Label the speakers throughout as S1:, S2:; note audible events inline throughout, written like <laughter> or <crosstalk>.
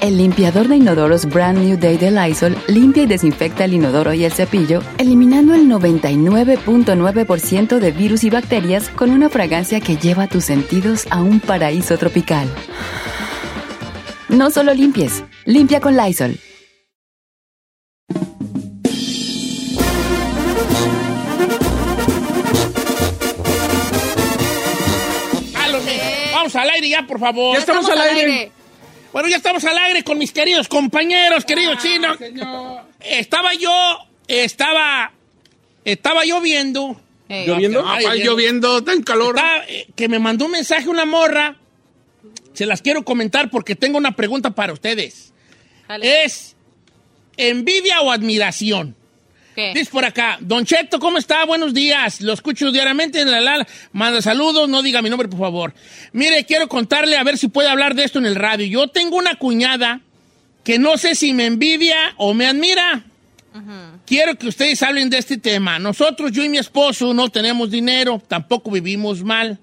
S1: El limpiador de inodoros Brand New Day de Lysol limpia y desinfecta el inodoro y el cepillo, eliminando el 99.9% de virus y bacterias con una fragancia que lleva tus sentidos a un paraíso tropical. No solo limpies, limpia con Lysol.
S2: Vamos al aire ya, por favor.
S3: Ya estamos, al aire.
S2: Bueno, ya estamos al aire con mis queridos compañeros, querido chino. Estaba yo, estaba, estaba yo viendo,
S3: ¿Lloviendo?
S2: Ay,
S3: Ay,
S2: bien.
S3: lloviendo, tan calor.
S2: estaba, eh, que me mandó un mensaje una morra. Se las quiero comentar porque tengo una pregunta para ustedes. Es envidia o admiración. Dice por acá, Don Cheto, ¿cómo está? Buenos días. Lo escucho diariamente en la la. Manda saludos, no diga mi nombre, por favor. Mire, quiero contarle a ver si puede hablar de esto en el radio. Yo tengo una cuñada que no sé si me envidia o me admira. Quiero que ustedes hablen de este tema. Nosotros, yo y mi esposo, no tenemos dinero, tampoco vivimos mal.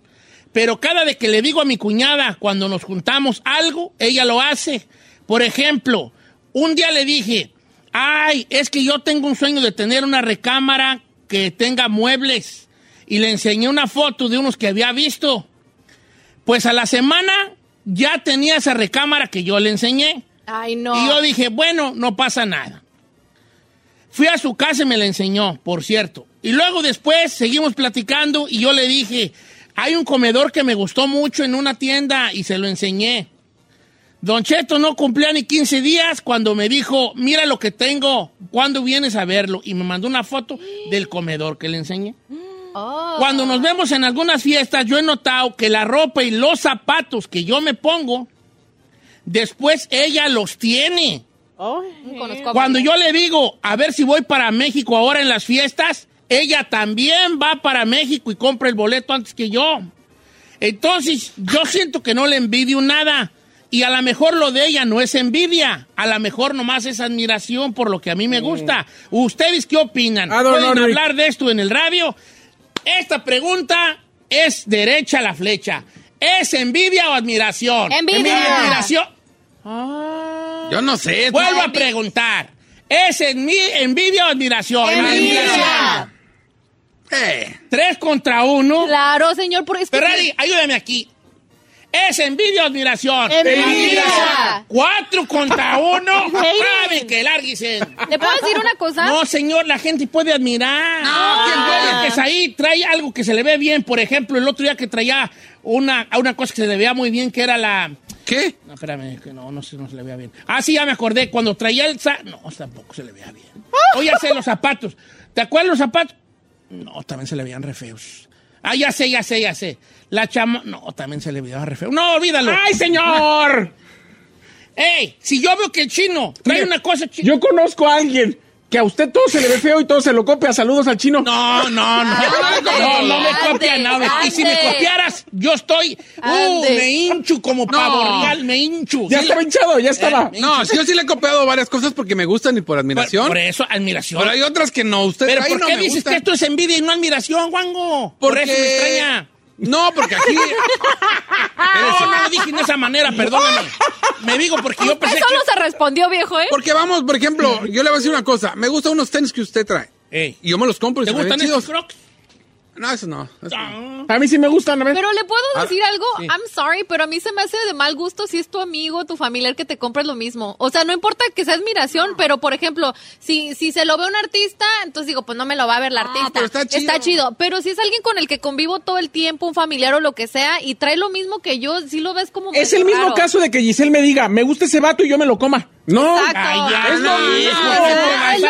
S2: Pero cada vez que le digo a mi cuñada cuando nos juntamos algo, ella lo hace. Por ejemplo, un día le dije, ay, es que yo tengo un sueño de tener una recámara que tenga muebles. Y le enseñé una foto de unos que había visto. Pues a la semana ya tenía esa recámara que yo le enseñé.
S4: Ay, no.
S2: Y yo dije, bueno, no pasa nada. Fui a su casa y me la enseñó, por cierto. Y luego después seguimos platicando y yo le dije, hay un comedor que me gustó mucho en una tienda y se lo enseñé. Don Cheto no cumplía ni 15 días cuando me dijo, mira lo que tengo, ¿cuándo vienes a verlo? Y me mandó una foto del comedor que le enseñé. Cuando nos vemos en algunas fiestas, yo he notado que la ropa y los zapatos que yo me pongo, después ella los tiene.
S4: Conozco a
S2: Cuando yo le digo, a ver si voy para México ahora en las fiestas, ella también va para México y compra el boleto antes que yo. Entonces, yo siento que no le envidio nada. Y a lo mejor lo de ella no es envidia. A lo mejor nomás es admiración por lo que a mí me gusta. ¿Ustedes qué opinan?
S3: I don't
S2: ¿Pueden
S3: know, Rick.
S2: hablar de esto en el radio? Esta pregunta es derecha a la flecha. ¿Es envidia o admiración?
S4: Envidia.
S2: Admiración.
S3: Yo no sé.
S2: Vuelvo a preguntar. ¿Es en mi envidia o admiración?
S4: Envidia.
S2: Admiración.
S3: Eh,
S2: Tres contra uno.
S4: Claro, señor, porque es que-
S2: Ferrari, ayúdame aquí. ¿Es envidia o admiración?
S4: Envidia.
S2: Cuatro contra uno.
S4: Hating.
S2: Saben que lárguese.
S4: ¿Le puedo decir una cosa?
S2: No, señor, la gente puede admirar. No, que es ahí trae algo que se le ve bien. Por ejemplo, el otro día que traía una, una cosa que se le veía muy bien, que era la...
S3: ¿Qué?
S2: No, espérame, que no, no se, no se le veía bien. Ah, sí, ya me acordé. Cuando traía el sa- No, tampoco se le veía bien.
S3: Ah.
S2: O ya sé, los zapatos. ¿Te acuerdas los zapatos? No, también se le veían re feos. Ah, ya sé, ya sé, ya sé. La chama... No, también se le veía re feo. No, olvídalo.
S3: ¡Ay, señor!
S2: ¡Ey! Si yo veo que el chino trae
S3: Mire,
S2: una cosa china...
S3: Yo conozco a alguien que a usted todo se le ve feo y todo se lo copia. Saludos al chino.
S2: No, no, no. No, no me
S4: Antes,
S2: copian. No, me- y si me
S4: antes.
S2: copiaras, yo estoy... Uh,
S4: Antes.
S2: me hincho como pavo real, me hincho.
S3: Ya
S2: Sí,
S3: estaba hinchado, ya estaba.
S2: Eh,
S5: No, sí, yo sí le he copiado varias cosas porque me gustan y por admiración.
S2: por, por eso, admiración.
S5: pero hay otras que no. Usted
S2: Pero
S5: ay,
S2: ¿por
S5: no
S2: qué
S5: me
S2: dices
S5: gustan.
S2: que esto es envidia y no admiración, Wango? Por
S5: Porque- Ah.
S2: eso me extraña.
S5: No, porque aquí.
S2: No, no lo dije de esa manera, perdóname. Me digo porque yo pensé
S4: Usted solo
S2: pues que...
S4: se respondió, viejo, ¿eh?
S5: Porque vamos, por ejemplo, yo le voy a decir una cosa. Me gustan unos tenis que usted trae.
S2: Ey,
S5: Y yo me los compro y
S2: ¿Te
S5: se me ven
S2: gustan esos
S5: chidos.
S2: crocs?
S5: No, eso no. eso no.
S3: A mí sí me gustan, a ver.
S4: Pero le puedo
S5: Ah,
S4: decir algo, I'm sorry, pero a mí se me hace de mal gusto si es tu amigo, tu familiar que te compres lo mismo. O sea, no importa que sea admiración, pero por ejemplo, si, si se lo ve un artista, entonces digo, pues no me lo va a ver el artista.
S5: pero está chido.
S4: Pero si es alguien con el que convivo todo el tiempo, un familiar o lo que sea, y trae lo mismo que yo, si lo ves como.
S3: Es
S4: medio
S3: el mismo
S4: raro.
S3: caso de que Giselle me diga, me gusta ese vato y yo me lo coma. No.
S4: Exacto.
S2: Ay, ya,
S3: Es lo
S2: no,
S3: mismo.
S2: no, no,
S4: Es lo
S2: es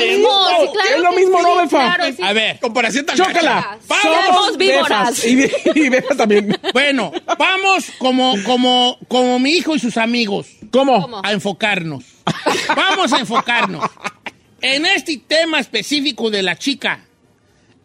S4: mismo.
S3: mismo.
S4: sí, claro
S3: Es lo
S4: que
S3: mismo,
S4: sí,
S3: ¿no, Befa?
S4: claro, sí.
S2: A ver,
S5: Comparación tan
S3: ¡Chócala!
S4: Somos
S3: Somos
S4: víboras.
S3: befas. <laughs> Y, be- y befas también.
S2: bueno, vamos como, como, como mi hijo y sus amigos.
S3: ¿Cómo?
S4: ¿Cómo?
S2: a
S3: <laughs>
S2: enfocarnos. Vamos a enfocarnos en este tema específico de la chica.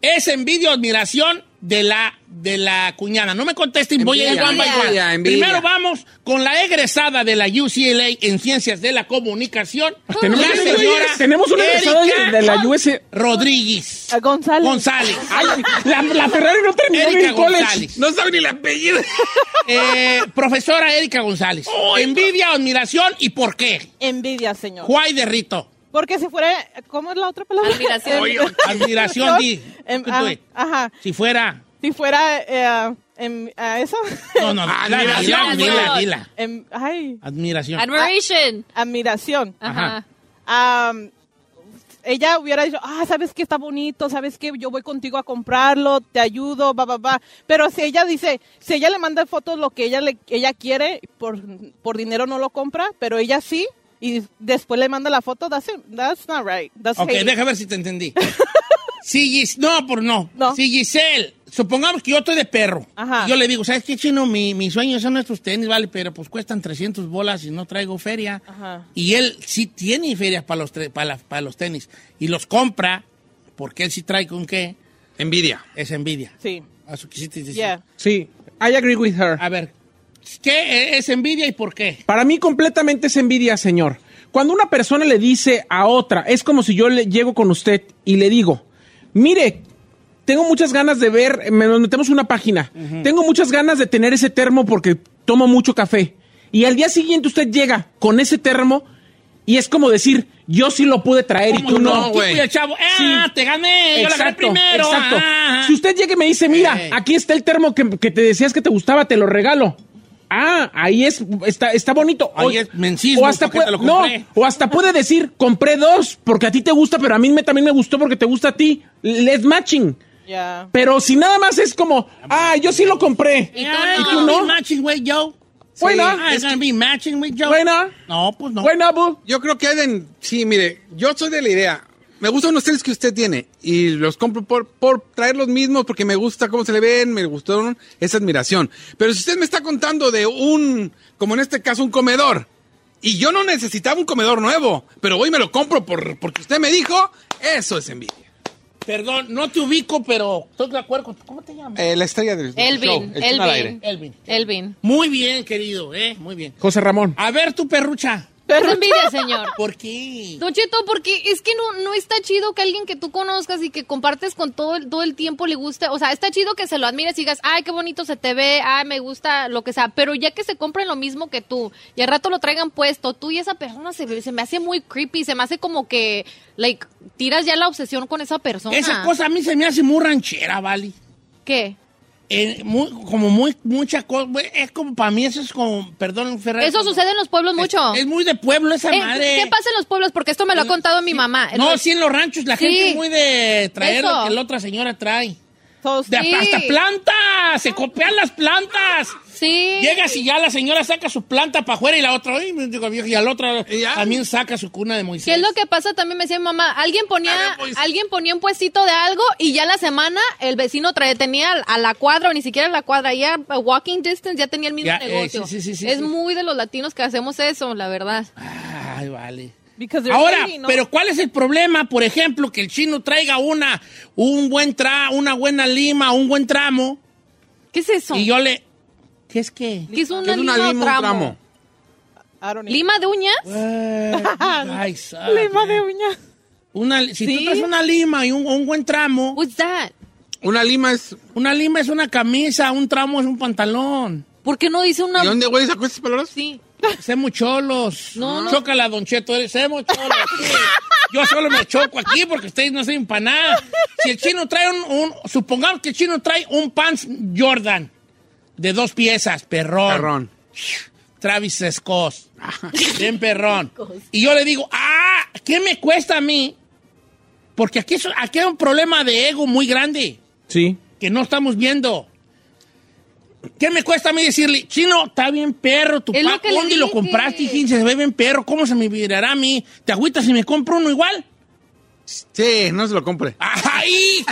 S2: Es envidia o admiración de la, de la cuñada. No me contesten, voy a ir
S5: Envidia,
S2: one by one.
S5: envidia, envidia.
S2: Primero vamos con la egresada de la UCLA en Ciencias de la Comunicación.
S3: Tenemos,
S2: la
S3: una-
S2: señora
S3: tenemos una egresada
S2: Erika
S3: de la E. US.
S2: Rodríguez.
S6: A González.
S2: González.
S3: Ah, <laughs> Ay, la, la Ferrari no terminó en
S2: Erika
S3: el college.
S2: González.
S5: No sabe ni el apellido.
S2: Eh, profesora Erika González. envidia o admiración y por qué.
S6: Envidia, señor.
S2: Juay de Rito.
S6: Porque si fuera, ¿cómo es la otra palabra?
S4: Admiración.
S6: Em- <laughs>
S2: Admiración, di.
S6: Em-
S2: Tú,
S6: ah,
S2: tú, eh.
S6: ajá.
S2: Si fuera.
S6: Si fuera eh, em- a eso.
S2: No, no, dila, dila,
S4: Admiración.
S2: dila, dila.
S6: <laughs> Em- ay,
S2: Admiración.
S4: Admiration.
S6: admiración.
S4: Ajá.
S6: Am, ella hubiera dicho, ah, sabes que está bonito, sabes que yo voy contigo a comprarlo, te ayudo, va, va, va. Pero si ella dice, si ella le manda fotos lo que ella le, ella quiere, por, por dinero no lo compra, pero ella sí, y después le manda la foto, that's, it. that's not right. That's
S2: Ok,
S6: hating.
S2: déjame ver si te entendí. <laughs> Si Gis- no, por no.
S6: No.
S2: Si Giselle, supongamos que yo estoy de perro.
S6: Ajá.
S2: Y yo le digo, ¿sabes qué, chino? Mi, mi sueño son estos tenis, vale, pero pues cuestan 300 bolas y no traigo feria.
S6: Ajá.
S2: Y él sí tiene feria para los, tre- para, la- para los tenis. Y los compra, porque él sí trae con qué.
S5: Envidia.
S2: Es envidia.
S6: Sí,
S2: Eso quisiste decir.
S6: yeah.
S3: Sí, I agree with her.
S2: A ver, ¿qué E, es envidia y por qué?
S3: Para mí completamente es envidia, señor. Cuando una persona le dice a otra, es como si yo le llego con usted y le digo, mire, tengo muchas ganas de ver, me- nos metemos una página, tengo muchas ganas de tener ese termo porque tomo mucho café. Y al día siguiente usted llega con ese termo y es como decir, yo sí lo pude traer y
S2: ¿Cómo
S3: tú no.
S2: Tú,
S5: güey.
S2: y el chavo, ¡ah,
S3: Sí.
S2: te gané! ¡Yo la gané primero!
S3: exacto.
S2: ah.
S3: Si usted llega y me dice, mira,
S2: Ey.
S3: aquí está el termo que, que te decías que te gustaba, te lo regalo. Ah, ahí es, está, está bonito. O-
S2: Ahí es mencismo,
S3: o hasta
S2: ¿por qué te
S3: puede-
S2: lo compré?
S3: no, o hasta puede decir, compré dos porque a ti te gusta, pero a mí me, también me gustó porque te gusta a ti. Les matching.
S6: Yeah.
S3: Pero si nada más es como, ah, yo sí lo compré.
S2: ¿Y
S4: tú
S2: tú
S3: no?
S2: no? matching with Joe?
S3: Why not?
S2: Ah, it's gonna be matching with Joe.
S3: Why not?
S2: No, pues no.
S3: Bueno, bu-
S5: Yo creo que Eden, sí, mire, yo soy de la idea. Me gustan unos tenis que usted tiene y los compro por, por traer los mismos porque me gusta cómo se le ven, me gustaron, es admiración. Pero si usted me está contando de un, como en este caso, un comedor, y yo no necesitaba un comedor nuevo, pero hoy me lo compro por, porque usted me dijo, eso es envidia.
S2: Perdón, no te ubico, pero estoy de acuerdo con ¿Cómo te llamas?
S5: Eh, la estrella del del show,
S4: Elvin.
S5: el chino al aire.
S4: Elvin.
S2: Elvin.
S4: Elvin.
S2: Muy bien, querido, eh, muy bien.
S3: José Ramón.
S2: A ver, tu perrucha,
S4: Es <laughs> envidia, señor.
S2: ¿por qué?
S4: Don Cheto, porque es que no, no está chido que alguien que tú conozcas y que compartes con todo el, todo el tiempo le guste. O sea, está chido que se lo admires y digas, ay, qué bonito se te ve, ay, me gusta, lo que sea. Pero ya que se compren lo mismo que tú y al rato lo traigan puesto, tú y esa persona se, se me hace muy creepy, se me hace como que, like, tiras ya la obsesión con esa persona.
S2: Esa cosa a mí se me hace muy ranchera, ¿vale?
S4: ¿Qué?
S2: Eh, muy- como muy, mucha cosa, es como, para mí eso es como, perdón, Ferrari.
S4: Eso
S2: como-
S4: sucede en los pueblos
S2: es-
S4: mucho.
S2: Es, muy de pueblo esa
S4: Eh,
S2: madre.
S4: ¿Qué pasa en los pueblos? Porque esto me lo ha contado mi mamá.
S2: No, sí, en los ranchos la
S4: Sí.
S2: gente es muy de traer lo
S4: Eso.
S2: que la otra señora trae.
S6: So,
S2: De
S4: Sí.
S2: hasta plantas, se copian las plantas.
S4: Sí.
S2: Llegas y ya la señora saca su planta para afuera y la otra, ay, me digo, viejo, y la otra
S5: Y ya.
S2: también saca su cuna de Moisés.
S4: ¿Qué es lo que pasa? También me decía mi mamá, alguien ponía,
S5: A ver, pues.
S4: alguien ponía un puestito de algo y ya la semana el vecino trae, tenía al- a la cuadra o ni siquiera a la cuadra, ya a walking distance ya tenía el mismo
S2: Ya, eh,
S4: negocio.
S2: sí, sí, sí, sí,
S4: es
S2: sí. Ah.
S4: muy de los latinos que hacemos eso, la verdad.
S2: Ay, vale.
S6: because they're
S2: Ahora,
S6: hating, ¿no?
S2: pero ¿cuál es el problema? Por ejemplo, que el chino traiga una, un buen tra, una buena lima, un buen tramo,
S4: ¿Qué es eso?
S2: y yo le... ¿Qué
S4: <laughs>
S2: es que?
S4: ¿Qué es una,
S5: ¿Qué es
S4: lima,
S5: una
S4: o
S5: lima, un
S4: tramo?
S5: tramo?
S6: I don't know.
S4: ¿Lima de uñas?
S2: Ay, suck,
S6: Lima de
S2: man.
S6: uña.
S2: Una- si tú
S6: Sí.
S2: traes una lima y un, un buen tramo,
S4: What's that?
S5: Una lima es...
S2: una lima es una camisa, un tramo es un pantalón.
S4: ¿Por qué no dice una...
S5: ¿De dónde, güey, sacó esas palabras?
S4: Sí.
S2: Semos cholos.
S4: No, no.
S2: Chócala, Don Cheto. eres- Semos cholos. sí. Yo solo me choco aquí porque ustedes no sirven para nada. Si el chino trae un, un- Supongamos que el chino trae un pants Jordan de dos piezas, perrón.
S5: Perrón.
S2: Travis Scott.
S4: <laughs>
S2: Bien perrón. Y yo le digo, ah, ¿qué me cuesta a mí? Porque aquí, es- aquí hay un problema de ego muy grande
S3: Sí.
S2: que no estamos viendo. ¿Qué me cuesta a mí decirle, chino, está bien perro, tu
S4: Es lo
S2: pack,
S4: que le
S2: ¿dónde lo
S4: dije.
S2: compraste? Y se ve bien perro, ¿cómo se me virará a mí? ¿Te agüitas si me compro uno igual?
S5: Sí, no se lo compre. <laughs>
S2: ¡Ay!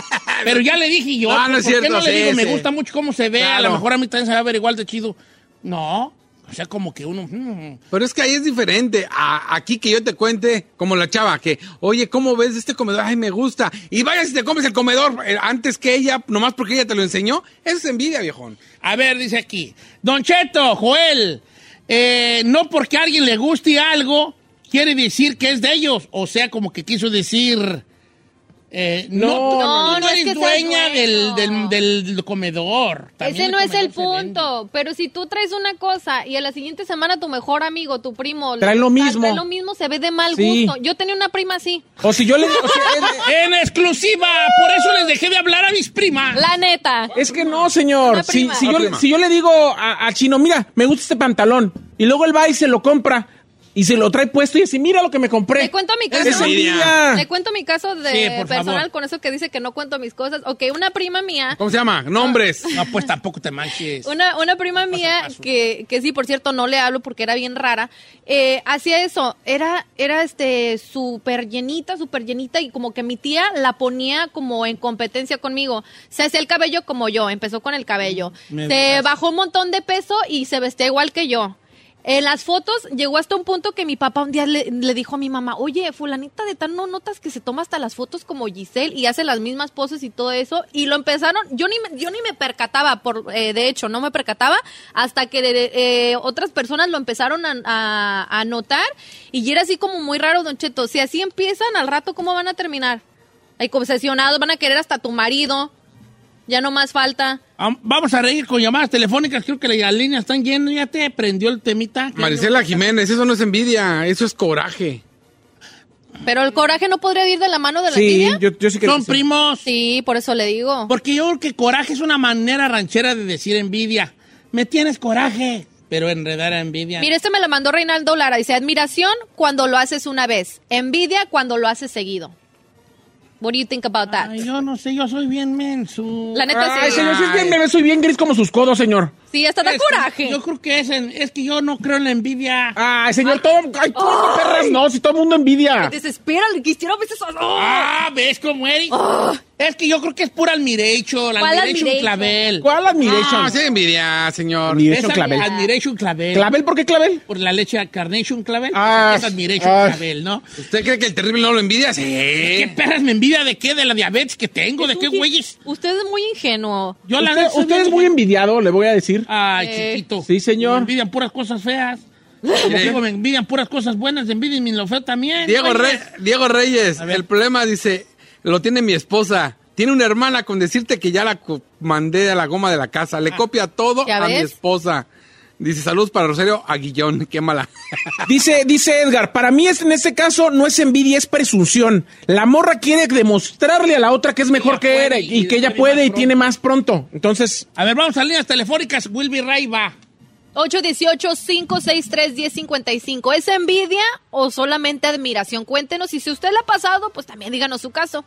S2: Pero ya le dije yo,
S5: Ah, no es
S2: ¿por qué
S5: cierto,
S2: no le
S5: sí,
S2: digo, me
S5: sí.
S2: gusta mucho cómo se ve, a lo
S5: Claro.
S2: mejor a mí también se va a ver igual de chido? No, O sea, como que uno. mm,
S5: Pero es que ahí es diferente. A- aquí que yo te cuente, como la chava, que, oye, ¿cómo ves este comedor? Ay, me gusta. Y vaya si te comes el comedor eh, antes que ella, nomás porque ella te lo enseñó. Eso es envidia, viejón.
S2: A ver, dice aquí. Don Cheto, Joel, eh, no porque a alguien le guste algo quiere decir que es de ellos. O sea, como que quiso decir. eh, no,
S3: No,
S2: tú
S4: no, no, no es
S2: eres
S4: que seas
S2: dueña del,
S4: dueño.
S2: del- del comedor. También
S4: Ese no es el
S2: comedor se vende.
S4: punto, pero si tú traes una cosa y a la siguiente semana tu mejor amigo, tu primo,
S3: Trae lo mismo.
S4: trae lo mismo, se ve de mal
S3: Sí.
S4: gusto. Yo tenía una prima así,
S3: O si yo le digo, o sea,
S2: En exclusiva, por eso les dejé de hablar a mis primas.
S4: la neta.
S3: es, es que no, señor.
S4: Una
S3: Si,
S4: prima.
S3: si
S5: Una
S3: yo,
S5: prima.
S3: si yo le digo a, a Chino, mira, me gusta este pantalón, y luego él va y se lo compra, y se lo trae puesto y dice, mira lo que me compré.
S4: Le cuento mi
S3: Es
S4: caso.
S3: envidia.
S4: Le cuento mi caso de
S2: Sí, por
S4: personal
S2: favor.
S4: con eso que dice que no cuento mis cosas. Ok, una prima mía,
S5: ¿Cómo se llama? Nombres.
S2: No, pues tampoco te manches.
S4: una, una prima mía
S2: paso.
S4: que, que sí, por cierto, no le hablo porque era bien rara, eh, hacía eso, era, era este súper llenita, súper llenita y como que mi tía la ponía como en competencia conmigo. Se hacía el cabello como yo, empezó con el cabello.
S2: Me
S4: Se
S2: dirás.
S4: Eh, bajó un montón de peso y se vestía igual que yo. En las fotos llegó hasta un punto que mi papá un día le, le dijo a mi mamá, oye, fulanita de tal, ¿no notas que se toma hasta las fotos como Giselle y hace las mismas poses y todo eso? Y lo empezaron, yo ni, me- yo ni me percataba, por, eh, de hecho, no me percataba, hasta que de- de, eh, otras personas lo empezaron a, a- a notar y era así como muy raro, don Cheto, si así empiezan, al rato, ¿cómo van a terminar? Hay obsesionados, van a querer hasta tu marido, ya no más falta.
S2: Am- Vamos a reír con llamadas telefónicas. Creo que las líneas están llenas. Ya te prendió el temita.
S5: Maricela Jiménez, eso no es envidia, eso es coraje.
S4: Pero el coraje no podría ir de la mano de la
S3: Sí,
S4: envidia?
S3: yo, yo sí que
S2: Son primos.
S4: Sí, por eso le digo.
S2: Porque yo creo que coraje es una manera ranchera de decir envidia. Me tienes coraje, pero enredar a envidia.
S4: Mira, este me lo mandó Reinaldo Lara. Dice, admiración cuando lo haces una vez. Envidia cuando lo haces seguido. What do you think about that?
S2: Ay, yo no sé, yo soy bien menso.
S4: La neta
S3: Ay,
S4: sí.
S3: señor, sí es bien bebé, soy bien gris como sus codos, señor.
S4: Sí, hasta da
S2: Es que-
S4: coraje. Ah.
S2: Yo creo que es, en- es que yo no creo en la envidia.
S3: Ay, señor, todo, ay, todo, perras, no, si todo el mundo envidia.
S4: Desespera, le quisiera a veces... ¡Oh!
S2: Ah, ¿ves cómo eres? Es que yo creo que es pura admiration, la
S4: Ah. ¿Cuál
S2: admiration,
S4: admiration?
S2: clavel.
S3: ¿Cuál admiration?
S4: Ah,
S5: No, Ah, sí, envidia, señor.
S3: Envidia.
S2: Es
S3: Admiration
S2: ad-
S3: clavel.
S2: admiration clavel.
S3: ¿Clavel? ¿Por qué clavel?
S2: Por la leche de carnation clavel.
S3: Ah,
S2: es admiration
S3: ah.
S2: clavel, ¿no?
S5: ¿Usted cree que el terrible no lo envidia? Sí.
S2: ¿Qué perras me envidia de qué? ¿De la diabetes que tengo? ¿De qué
S4: Usted-
S2: güeyes?
S4: Usted es muy ingenuo.
S2: Yo la
S3: usted
S2: neta soy
S3: usted es
S2: bien-
S3: muy envidiado, le voy a decir.
S2: Ay,
S4: Eh,
S2: chiquito.
S3: sí, señor.
S2: Me envidian puras cosas feas. Como
S5: Sí.
S2: digo, me envidian puras cosas buenas, envidian mi oferta también.
S5: Diego,
S2: Ay,
S5: Re- Diego Reyes,
S2: A ver.
S5: el problema dice, lo tiene mi esposa. Tiene una hermana con decirte que ya la co- mandé a la goma de la casa.
S2: Ah.
S5: Le copia todo
S4: ¿Ya
S5: a mi
S4: ves?
S5: esposa. Dice, saludos para Rosario Aguillón. Qué mala. <laughs>
S3: Dice, dice Edgar, para mí es, en este caso no es envidia, es presunción. La morra quiere demostrarle a la otra que es mejor
S2: Ella
S3: que
S2: puede
S3: era
S2: y
S3: y que ella
S2: tiene
S3: puede
S2: más
S3: y
S2: pronto.
S3: tiene más pronto. Entonces,
S2: A ver, vamos a líneas telefónicas. Wilby Ray va.
S4: 818-563-1055. ¿Es envidia o solamente admiración? Cuéntenos. Y si usted la ha pasado, pues también díganos su caso.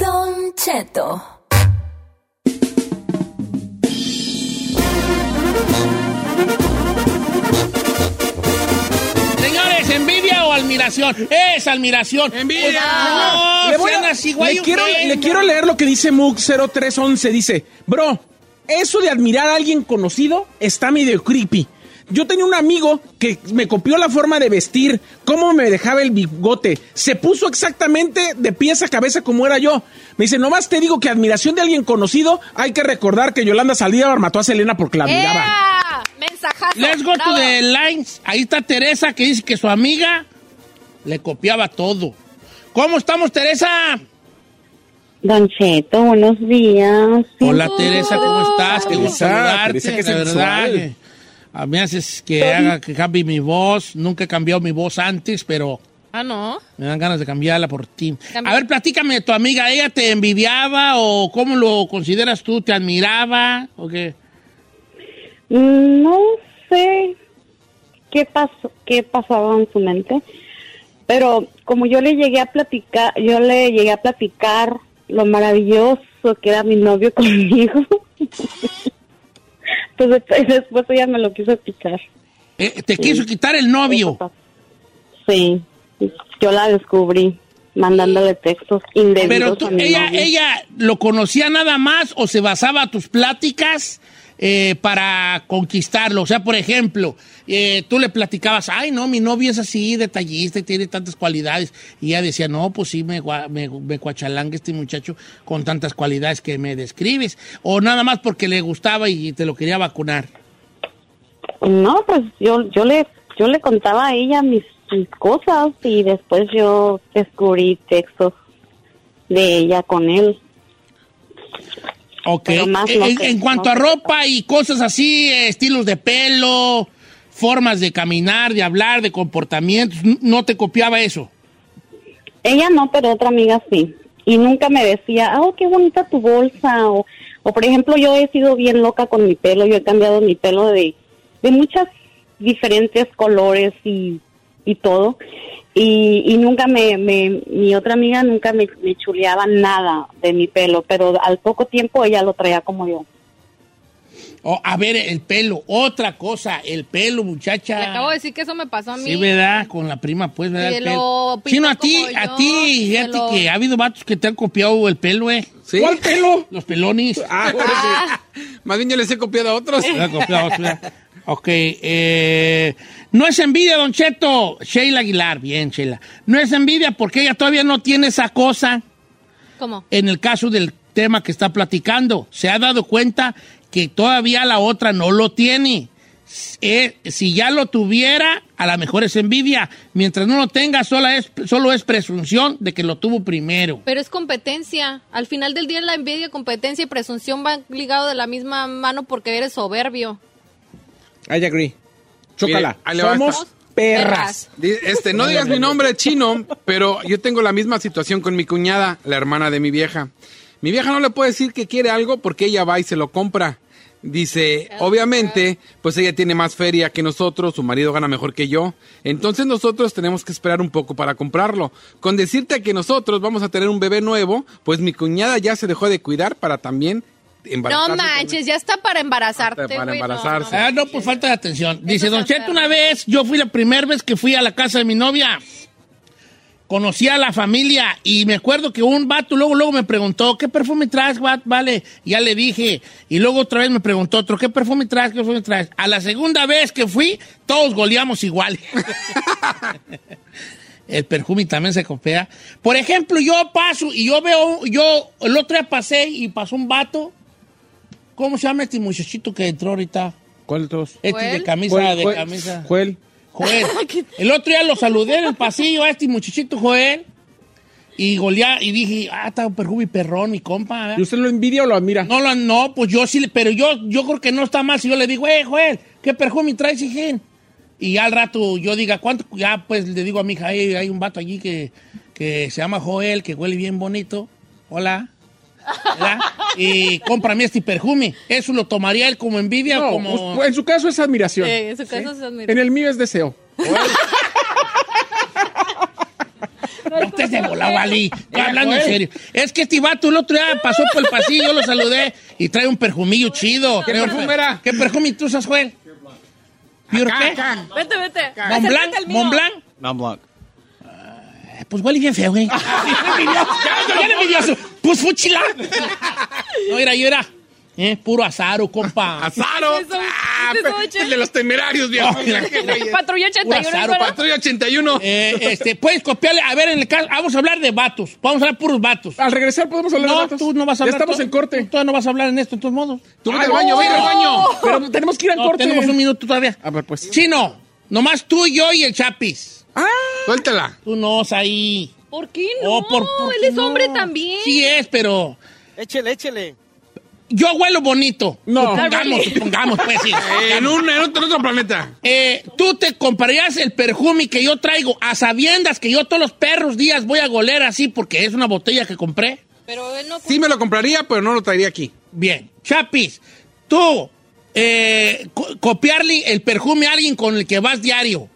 S7: Don Cheto.
S2: Señores, ¿envidia o admiración? Es admiración. Pues,
S5: ¡Envidia!
S2: No,
S3: le, voy a-
S2: sean así, güey,
S3: le quiero,
S2: ofendan.
S3: le quiero leer lo que dice Moog0311. Dice, bro, eso de admirar a alguien conocido está medio creepy. Yo tenía un amigo que me copió la forma de vestir, cómo me dejaba el bigote. Se puso exactamente de pies a cabeza como era yo. Me dice, nomás te digo que admiración de alguien conocido, hay que recordar que Yolanda Saldívar mató a Selena porque la admiraba.
S4: ¡Ea! Mensajazo.
S2: Let's go
S4: Bravo.
S2: to the lines. Ahí está Teresa que dice que su amiga le copiaba todo. ¿Cómo estamos, Teresa?
S8: Don Cheto, buenos días.
S2: Hola, Teresa, ¿cómo estás? Qué gusto
S3: Teresa,
S2: saludarte.
S3: Teresa, qué
S2: la verdad,
S3: sensual.
S2: que a mí haces que haga que cambie mi voz. Nunca he cambiado mi voz antes, pero
S4: Ah, no.
S2: me dan ganas de cambiarla por ti.
S4: Cambia.
S2: A ver, platícame de tu amiga. ¿Ella te envidiaba o cómo lo consideras tú? ¿Te admiraba o qué?
S8: Mm, No sé qué pasó, qué pasaba en su mente, pero como yo le llegué a platicar, yo le llegué a platicar lo maravilloso que era mi novio <laughs> pues conmigo. Entonces después ella me lo quiso quitar.
S2: Eh, te quiso quitar el novio.
S8: Sí, yo la descubrí mandándole textos indebidos.
S2: Pero tú-
S8: a mi
S2: ella,
S8: novio.
S2: ella lo conocía nada más o se basaba tus pláticas eh, para conquistarlo. O sea, por ejemplo, eh, tú le platicabas, ay, no, mi novio es así, detallista y tiene tantas cualidades. Y ella decía, no, pues sí, me, gua- me, me cuachalanga este muchacho con tantas cualidades que me describes. O nada más porque le gustaba y te lo quería vacunar.
S8: No, pues yo, yo le, yo le contaba a ella mis, mis cosas y después yo descubrí textos de ella con él.
S2: Ok.
S8: Pero más no
S2: en,
S8: que-
S2: en cuanto
S8: no
S2: a
S8: que-
S2: ropa y cosas así, eh, estilos de pelo, formas de caminar, de hablar, de comportamientos, n- no te copiaba eso.
S8: Ella no, pero otra amiga sí. Y nunca me decía, oh, qué bonita tu bolsa. O, o por ejemplo, yo he sido bien loca con mi pelo. Yo he cambiado mi pelo de, de muchas diferentes colores y, y todo. Y, y nunca me, me, mi otra amiga nunca me, me chuleaba nada de mi pelo, pero al poco tiempo ella lo traía como yo.
S2: O, a ver, el pelo, otra cosa, el pelo, muchacha.
S4: Le acabo de decir que eso me pasó a mí.
S2: Sí, ¿verdad? Con la prima, pues, ¿verdad?
S4: Se
S2: El
S4: lo
S2: pelo.
S4: pintó
S2: Sino a ti,
S4: como
S2: a
S4: yo,
S2: ti,
S4: se
S2: fíjate
S4: lo-
S2: que ha habido vatos que te han copiado el pelo, ¿eh?
S5: ¿Sí?
S3: ¿Cuál
S5: <laughs>
S3: pelo?
S2: Los pelones.
S5: Ah, bueno, sí. Más bien yo les he copiado a otros.
S2: Te han copiado, sí, ¿verdad? Ok, eh, no es envidia, don Cheto. Sheila Aguilar, bien, Sheila. No es envidia porque ella todavía no tiene esa cosa.
S4: ¿Cómo?
S2: en el caso del tema que está platicando, se ha dado cuenta que todavía la otra no lo tiene. Eh, si ya lo tuviera, a lo mejor es envidia. Mientras no lo tenga, solo es, solo es presunción de que lo tuvo primero.
S4: Pero es competencia. Al final del día la envidia, competencia y presunción van ligados de la misma mano porque eres soberbio.
S3: I agree. Chócala.
S5: Mire, ahí le va
S3: ¡Eh! Somos
S5: esta.
S3: perras.
S5: Di- Este, no digas mi nombre chino, pero yo tengo la misma situación con mi cuñada, la hermana de mi vieja. Mi vieja no le puede decir que quiere algo porque ella va y se lo compra. Dice, obviamente, pues ella tiene más feria que nosotros, su marido gana mejor que yo. Entonces nosotros tenemos que esperar un poco para comprarlo. Con decirte que nosotros vamos a tener un bebé nuevo, pues mi cuñada ya se dejó de cuidar para también embarazarse.
S4: No manches, ya está para embarazarte.
S5: Para
S4: güey, no,
S5: embarazarse.
S4: no.
S2: Ah, no, pues falta de atención. Dice,
S4: está
S2: Don Cheto,
S4: feo.
S2: una vez, yo fui la primera vez que fui a la casa de mi novia. Conocí a la familia y me acuerdo que un vato luego, luego me preguntó, ¿qué perfume traes, va- Vale, ya le dije. Y luego otra vez me preguntó otro, ¿qué perfume traes, qué perfume traes? A la segunda vez que fui, todos goleamos igual. El perfume también se copia. Por ejemplo, yo paso y yo veo, yo el otro día pasé y pasó un vato. ¿Cómo se llama este muchachito que entró ahorita?
S3: ¿Cuál de todos?
S2: Este de
S4: ¿Joel?
S2: camisa,
S3: ¿Cuál-
S2: de
S3: cuál-
S2: camisa.
S3: ¿Cuál?
S2: Joel. El otro día lo saludé en el pasillo a este muchachito Joel. Y golea, y dije, ah, está un perjubi perrón, mi compa. ¿verdad?
S3: ¿Y usted lo envidia o lo admira?
S2: No, lo- no, pues yo sí, le- pero yo, yo creo que no está mal si yo le digo, eh, Joel, ¿qué perjumi traes, hijín? Y ya al rato yo diga, ¿cuánto? Ya pues le digo a mi hija, "Ey, hay un vato allí que, que se llama Joel, que huele bien bonito. Hola. ¿Verdad? Y cómprame este perjumi. ¿Eso lo tomaría él como envidia o
S3: No,
S2: como...?
S3: pues, en su caso es admiración.
S4: Sí, Eh, en su caso se admira.
S3: En el mío es deseo.
S2: No estés de volado, vale. Estoy hablando en serio. Es que este vato el otro día pasó por el pasillo, yo lo saludé y trae un perfumillo chido.
S5: ¿Qué
S2: Trae un
S5: perfume
S2: per-
S5: era?
S2: ¿Qué perfume tú usas, Joel? ¿Pure qué?
S4: Eh, Vete, vete.
S2: ¿Montblanc?
S4: Acércate al mío.
S2: ¿Montblanc?
S7: Montblanc.
S2: Eh, Pues huele bien feo, güey. Envidioso. Ya, ya, ya, envidioso. Pues fuchila. No, era, yo era. eh, puro azaro, compa.
S5: ¡Azaro!
S4: Eso-
S5: ¡Ah!
S4: eso
S5: pe-
S4: ocho.
S5: el de los temerarios, viejo.
S4: <laughs> Patrulla 81.
S2: Puro azar,
S4: ¿es verdad?
S5: Patrulla 81.
S2: Eh, este, puedes copiarle. A ver, en el caso, vamos a hablar de vatos. Vamos a hablar puros vatos.
S3: Al regresar podemos hablar de
S2: No,
S3: datos.
S2: tú no vas a
S3: Ya
S2: hablar.
S3: estamos
S2: tú-
S3: en corte.
S2: Tú todavía no vas a hablar en esto, en todos modos.
S5: Tú vete
S3: Ay,
S5: al baño,
S3: no.
S5: vete al baño.
S3: Pero tenemos que ir al
S2: No,
S3: corte.
S2: tenemos un minuto todavía.
S3: A ver, pues.
S2: Chino, nomás tú, yo y el Chapis.
S5: Suéltala.
S2: Tú no, ahí.
S4: ¿Por qué no? Él es hombre también.
S2: Sí es, pero
S7: Échele, échele.
S2: yo huelo bonito.
S3: No.
S2: Supongamos, supongamos, pues
S3: <laughs>
S2: sí.
S3: Ah,
S5: En, un, en otro, en otro planeta.
S2: Eh, tú te comprarías el perfume que yo traigo a sabiendas que yo todos los perros días voy a goler así porque es una botella que compré.
S4: Pero él no.
S5: Sí me lo compraría, pero no lo traería aquí.
S2: Bien, Chapis, tú eh, co- copiarle el perfume a alguien con el que vas diario.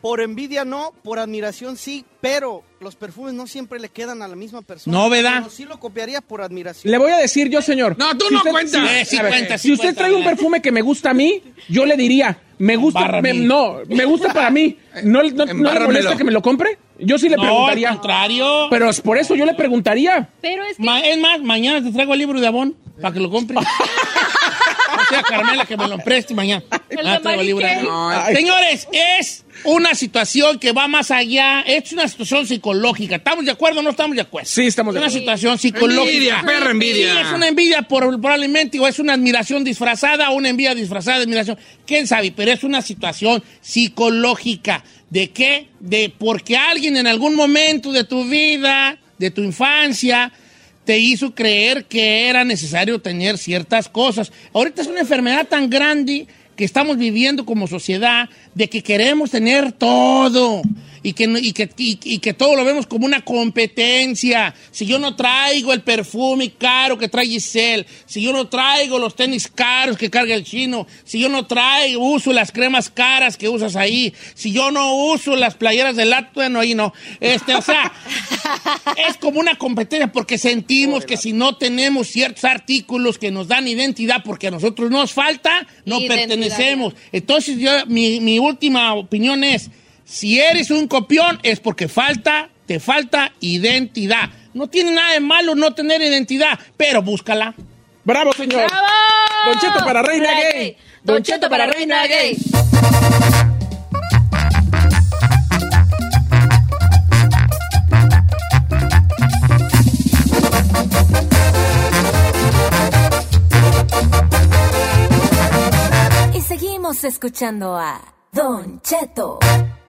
S7: Por envidia no, por admiración sí, pero los perfumes no siempre le quedan a la misma persona.
S2: No, ¿verdad?
S7: Pero sí lo copiaría por admiración.
S3: Le voy a decir yo, señor.
S5: No, tú no cuentas.
S2: Eh, sí
S3: Ah, a ver,
S2: cuentas, sí
S3: si usted
S2: cuentas,
S3: trae un
S2: ¿verdad?
S3: perfume que me gusta a mí, yo le diría, Me gusta,
S2: Embárrame.
S3: me- no, me gusta para
S2: <laughs>
S3: mí. ¿No, no, no le
S5: Embárramelo.
S3: molesta que me lo compre? Yo sí le
S2: No, al
S3: preguntaría.
S2: contrario.
S3: Pero es por eso yo le preguntaría.
S4: Pero es que
S2: Ma- es más, mañana te traigo el libro de Abón para que lo
S4: <laughs>
S2: compres. O sea, Carmela, que me lo preste mañana.
S4: El
S2: Mañana
S4: de
S2: traigo el libro de
S4: Mariquel.
S2: Abón. Señores, es una situación que va más allá. Es una situación psicológica. ¿Estamos de acuerdo o no estamos de acuerdo?
S3: Sí, estamos de
S2: Es una
S3: acuerdo.
S2: situación psicológica.
S5: Envidia, perra envidia.
S2: Sí, es una envidia por- probablemente, o es una admiración disfrazada, o una envidia disfrazada de admiración. ¿Quién sabe? Pero es una situación psicológica. ¿De qué? De porque alguien en algún momento de tu vida, de tu infancia, te hizo creer que era necesario tener ciertas cosas. Ahorita es una enfermedad tan grande que estamos viviendo como sociedad de que queremos tener todo y que, no- y que, y- y que todo lo vemos como una competencia. Si yo no traigo el perfume caro que trae Giselle, si yo no traigo los tenis caros que carga el chino, si yo no traigo, uso las cremas caras que usas ahí, si yo no uso las playeras de lato, bueno, ahí no. Este, o sea, es como una competencia porque sentimos que si no tenemos ciertos artículos que nos dan identidad porque a nosotros nos falta, no
S4: Identidad.
S2: pertenecemos. Entonces, yo, mi, mi última opinión es, si eres un copión es porque falta, te falta identidad. No tiene nada de malo no tener identidad, pero búscala.
S3: Bravo, señor.
S4: ¡Bravo!
S3: Don Cheto para reina gay.
S4: Don Cheto para reina gay.
S9: Y seguimos escuchando a Don Cheto.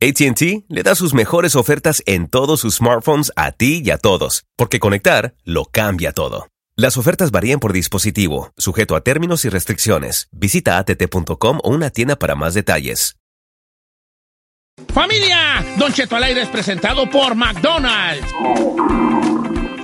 S10: ATT le da sus mejores ofertas en todos sus smartphones a ti y a todos, porque conectar lo cambia todo. Las ofertas varían por dispositivo, sujeto a términos y restricciones. Visita att.com o una tienda para más detalles.
S2: Familia, Don Cheto al aire es presentado por McDonald's.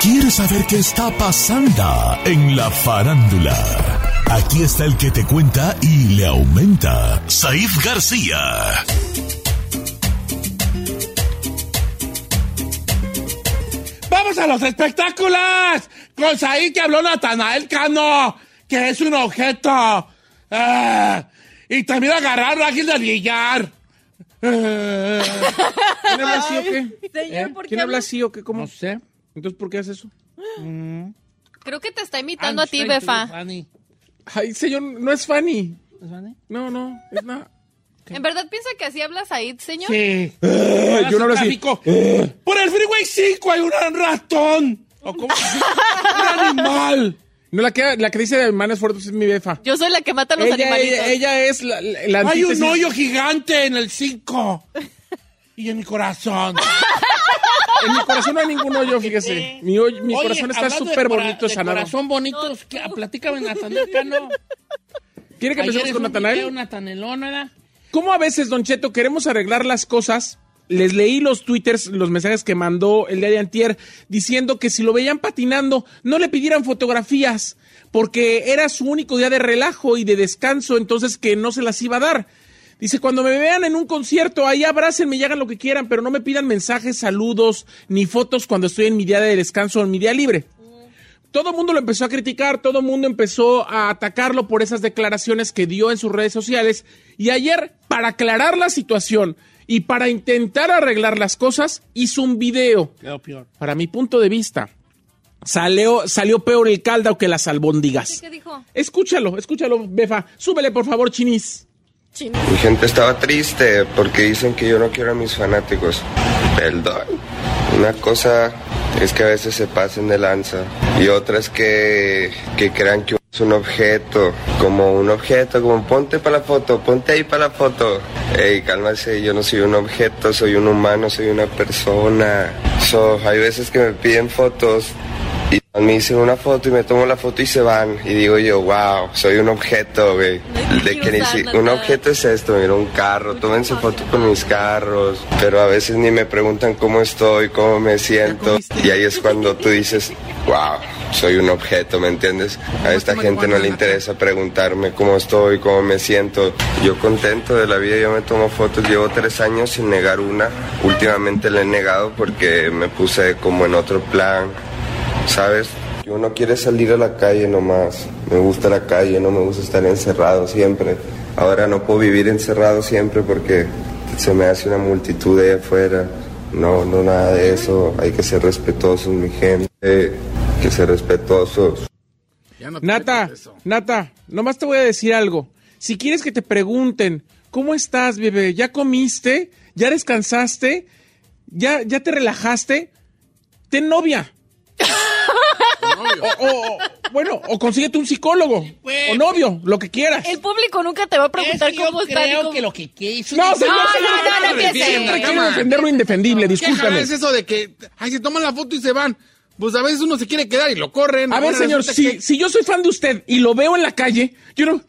S11: ¿Quieres saber qué está pasando en la farándula? Aquí está el que te cuenta y le aumenta, Saif García.
S2: ¡Vamos a los espectáculos! Con Saí que habló Natanael Cano, que es un objeto. Ah, y también agarraron a alguien del billar. Ah,
S3: ¿Quién habla así o qué?
S4: Señor, ¿por qué
S3: ¿Quién habla
S4: habla-
S3: así o qué? ¿Cómo?
S2: no sé.
S3: Entonces, ¿por qué haces eso?
S4: Creo que te está imitando a ti, Befa.
S2: Fanny.
S3: Ay, señor, no es Fanny.
S2: ¿Es Fanny?
S3: No, no, es <laughs> nada.
S4: ¿En verdad piensa que así hablas ahí, señor?
S2: Sí.
S3: yo no Eh. hablo así.
S2: Tráfico. Por el Freeway 5 hay un gran ratón. ¿O cómo? un animal.
S3: No, la que, la que dice de manos fuertes es mi befa.
S4: Yo soy la que mata a los
S3: Ella,
S4: animalitos.
S3: ella, ella es la, la la
S2: Hay
S3: antítesis.
S2: un hoyo gigante en el 5. Y en mi corazón.
S3: En mi corazón no hay
S2: <laughs>
S3: ningún hoyo, fíjese. Mi, hoy- mi
S2: Oye,
S3: corazón está
S2: hablando de
S3: súper
S2: cora-
S3: bonito,
S2: de
S3: sanado.
S2: corazón bonito.
S4: No,
S2: que- Platícame, Natanael Cano.
S3: ¿Quiere que
S2: Ayer
S3: empecemos
S2: es
S3: con
S2: un video,
S3: Natanael?
S2: Natanelón, ¿verdad?
S3: ¿Cómo a veces, Don Cheto, queremos arreglar las cosas? Les leí los twitters, los mensajes que mandó el día de antier, diciendo que si lo veían patinando, no le pidieran fotografías, porque era su único día de relajo y de descanso, entonces que no se las iba a dar. Dice, cuando me vean en un concierto, ahí abrácenme y hagan lo que quieran, pero no me pidan mensajes, saludos, ni fotos cuando estoy en mi día de descanso o en mi día libre todo el mundo lo empezó a criticar, todo el mundo empezó a atacarlo por esas declaraciones que dio en sus redes sociales. Y ayer, para aclarar la situación y para intentar arreglar las cosas, hizo un video.
S2: Quedó peor.
S3: Para mi punto de vista, salió, salió peor el caldo que las albóndigas.
S4: ¿Qué dijo?
S3: Escúchalo, escúchalo, Befa. Súbele, por favor, Chinis.
S12: Mi gente estaba triste porque dicen que yo no quiero a mis fanáticos. Perdón. Una cosa es que a veces se pasen de lanza y otra es que, que crean que es un objeto, como un objeto, como ponte para la foto, ponte ahí para la foto. Ey, cálmase, yo no soy un objeto, soy un humano, soy una persona. So, hay veces que me piden fotos y me dicen una foto y me tomo la foto y se van. Y digo yo, wow, soy un objeto, güey. De que ni si- un objeto es esto, mira, un carro. Tómense fotos con mis carros. Pero a veces ni me preguntan cómo estoy, cómo me siento. Y ahí es cuando tú dices, wow, soy un objeto, ¿me entiendes? A esta gente no le interesa preguntarme cómo estoy, cómo me siento. Yo contento de la vida, yo me tomo fotos. Llevo tres años sin negar una. Últimamente la he negado porque me puse como en otro plan. ¿Sabes? Yo no quiero salir a la calle nomás. Me gusta la calle, no me gusta estar encerrado siempre. Ahora no puedo vivir encerrado siempre porque se me hace una multitud de afuera. No, no nada de eso. Hay que ser respetuosos, mi gente. Hay que ser respetuosos.
S3: Nata, Nata, nomás te voy a decir algo. Si quieres que te pregunten, ¿cómo estás, bebé? ¿Ya comiste? ¿Ya descansaste? ¿Ya, ya te relajaste? Ten novia. O- o- o- bueno, o consíguete un psicólogo, o novio, lo que quieras.
S13: El público nunca te va a preguntar
S2: Es que yo
S13: cómo está.
S2: creo
S13: que
S2: lo que quiso.
S3: No, señor,
S13: no,
S3: señor,
S13: no, no, no,
S3: siempre
S13: empiece.
S3: siempre quiere defender lo indefendible,
S5: ¿Qué
S3: discúlpame.
S5: jalada es eso de que, ay, se toman la foto y se van? Pues a veces uno se quiere quedar y lo corren.
S3: A ver,
S5: Ahora
S3: señor,
S5: resulta
S3: si,
S5: que-
S3: si yo soy fan de usted y lo veo en la calle, yo no.